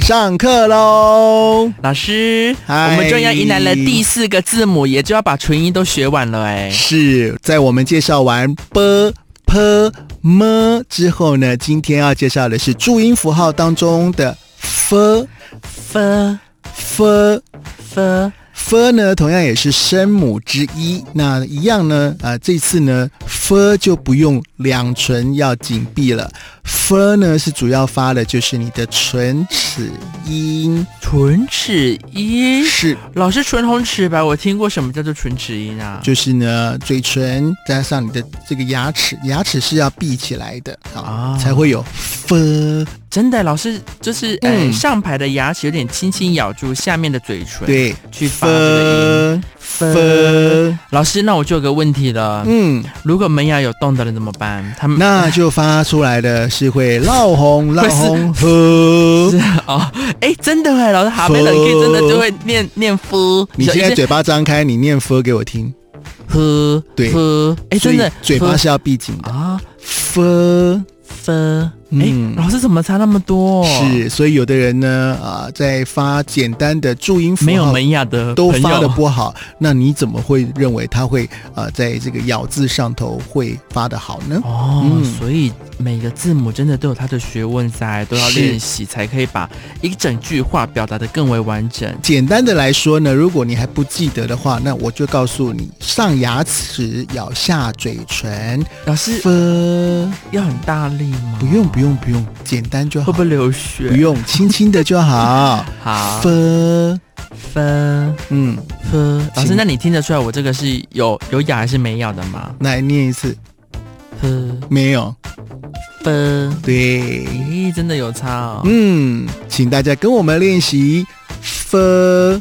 上课喽！老师，嗨我们终于要迎来了第四个字母，也就要把唇音都学完了哎。是在我们介绍完 b p m 之后呢，今天要介绍的是注音符号当中的 f f f f f 呢，同样也是声母之一。那一样呢，啊、这次呢 f 就不用两唇要紧闭了，f 呢是主要发的就是你的唇齿音，唇齿音。是老师，唇红齿白，我听过什么叫做唇齿音啊？就是呢，嘴唇加上你的这个牙齿，牙齿是要闭起来的啊，啊才会有 f。真的，老师就是嗯哎，上排的牙齿有点轻轻咬住下面的嘴唇，，对，去发这个音。分。分，老师，那我就有个问题了，嗯，如果门牙有洞的人怎么办？他们那就发出来的是会闹 红闹会是红呵。哦，哎，真的哎，老师，哈贝冷 K 真的就会念念夫，你现在就一直嘴巴张开，你念 f 给我听。呵对呵，哎，所真以的嘴巴呵是要闭紧的。啊 f 分，哎嗯，老师怎么差那么多？是，所以有的人呢，啊、在发简单的注音符号没有门牙的都朋发友的不好，那你怎么会认为他会呃在这个咬字上头会发的好呢？哦，嗯所以每个字母真的都有它的学问在，都要是练习才可以把一整句话表达的更为完整。简单的来说呢，如果你还不记得的话，那我就告诉你，上牙齿咬下嘴唇，老师分要很大力吗？不用不，用不用，简单就会好不，会流血？不，用轻轻的就好。 好，分分嗯，分。老师，请那你听得出来我这个是有有咬还是没咬的吗？来念一次，呵没有分，对，咦，真的有差哦。嗯，请大家跟我们练习分，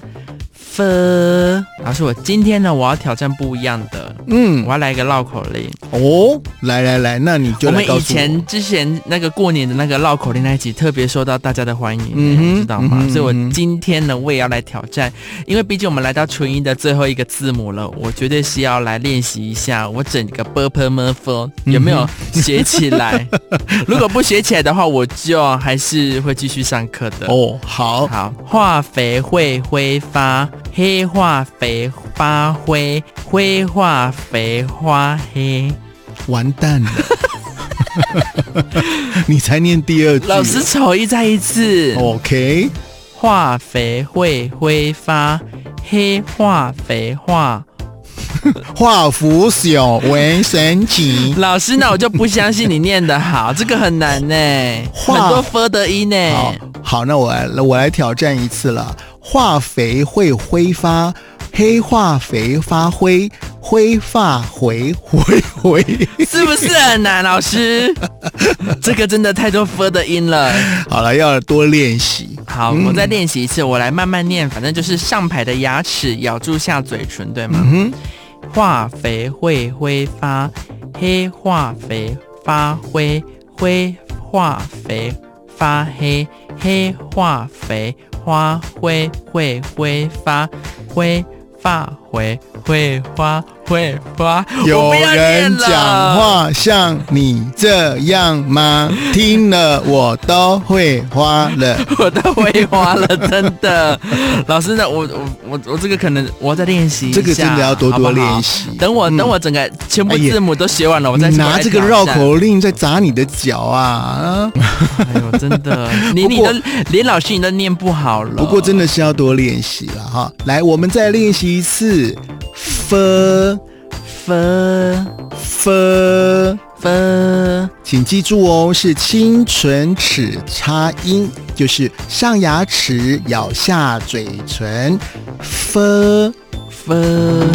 分，老师，我今天呢，我要挑战不一样的，嗯我要来一个绕口令。哦，来来来，那你就我来们告以诉我。前之前那个过年的那个绕口令那一集特别受到大家的欢迎，嗯哼你知道吗？嗯哼所以嗯哼我今天呢，我也要来挑战，因为毕竟我们来到纯音的最后一个字母了，我绝对是要来练习一下我整个 b p m 嗯 f 有没有学起来。 如果不学起来的话，我就还是会继续上课的。哦，好，好，化肥会挥发，黑化肥发灰，灰化肥花黑。完蛋 了，你才念第二句。老师丑一再一次。 ，OK，化肥会挥发，黑化肥化。化腐朽为神奇。老师，那我就不相信你念得好，这个很难呢、化很多 f 的音呢、好好，那我来我来挑战一次了。化肥会挥发，黑化肥发灰，灰发回回回。是不是很难？老师，这个真的太多 f 的音了。好了，要多练习。好，我再练习一次，我来慢慢念，反正就是上排的牙齿咬住下嘴唇，对吗？嗯哼，化肥会挥发，黑化肥发灰，灰化肥发黑，黑化肥花灰会挥发，灰发回会花会花。 有我不要念人了讲，话像你这样吗？听了我都会花 了。我都会花了，真的。老师呢？我我我我这个可能我要再练习一下，这个真的要多好不多好练。习。等我、嗯等我整个全部哎呀字母都写完了，我你再拿这个绕我再挑战口令在砸你的脚啊！啊哎呦，真的，你不你过都连老师你都念不好了。不过真的是要多练习了哈。来，我们再练习一次。f 分 f，分请记住哦，是清唇齿擦音，就是上牙齿咬下嘴唇。f。分。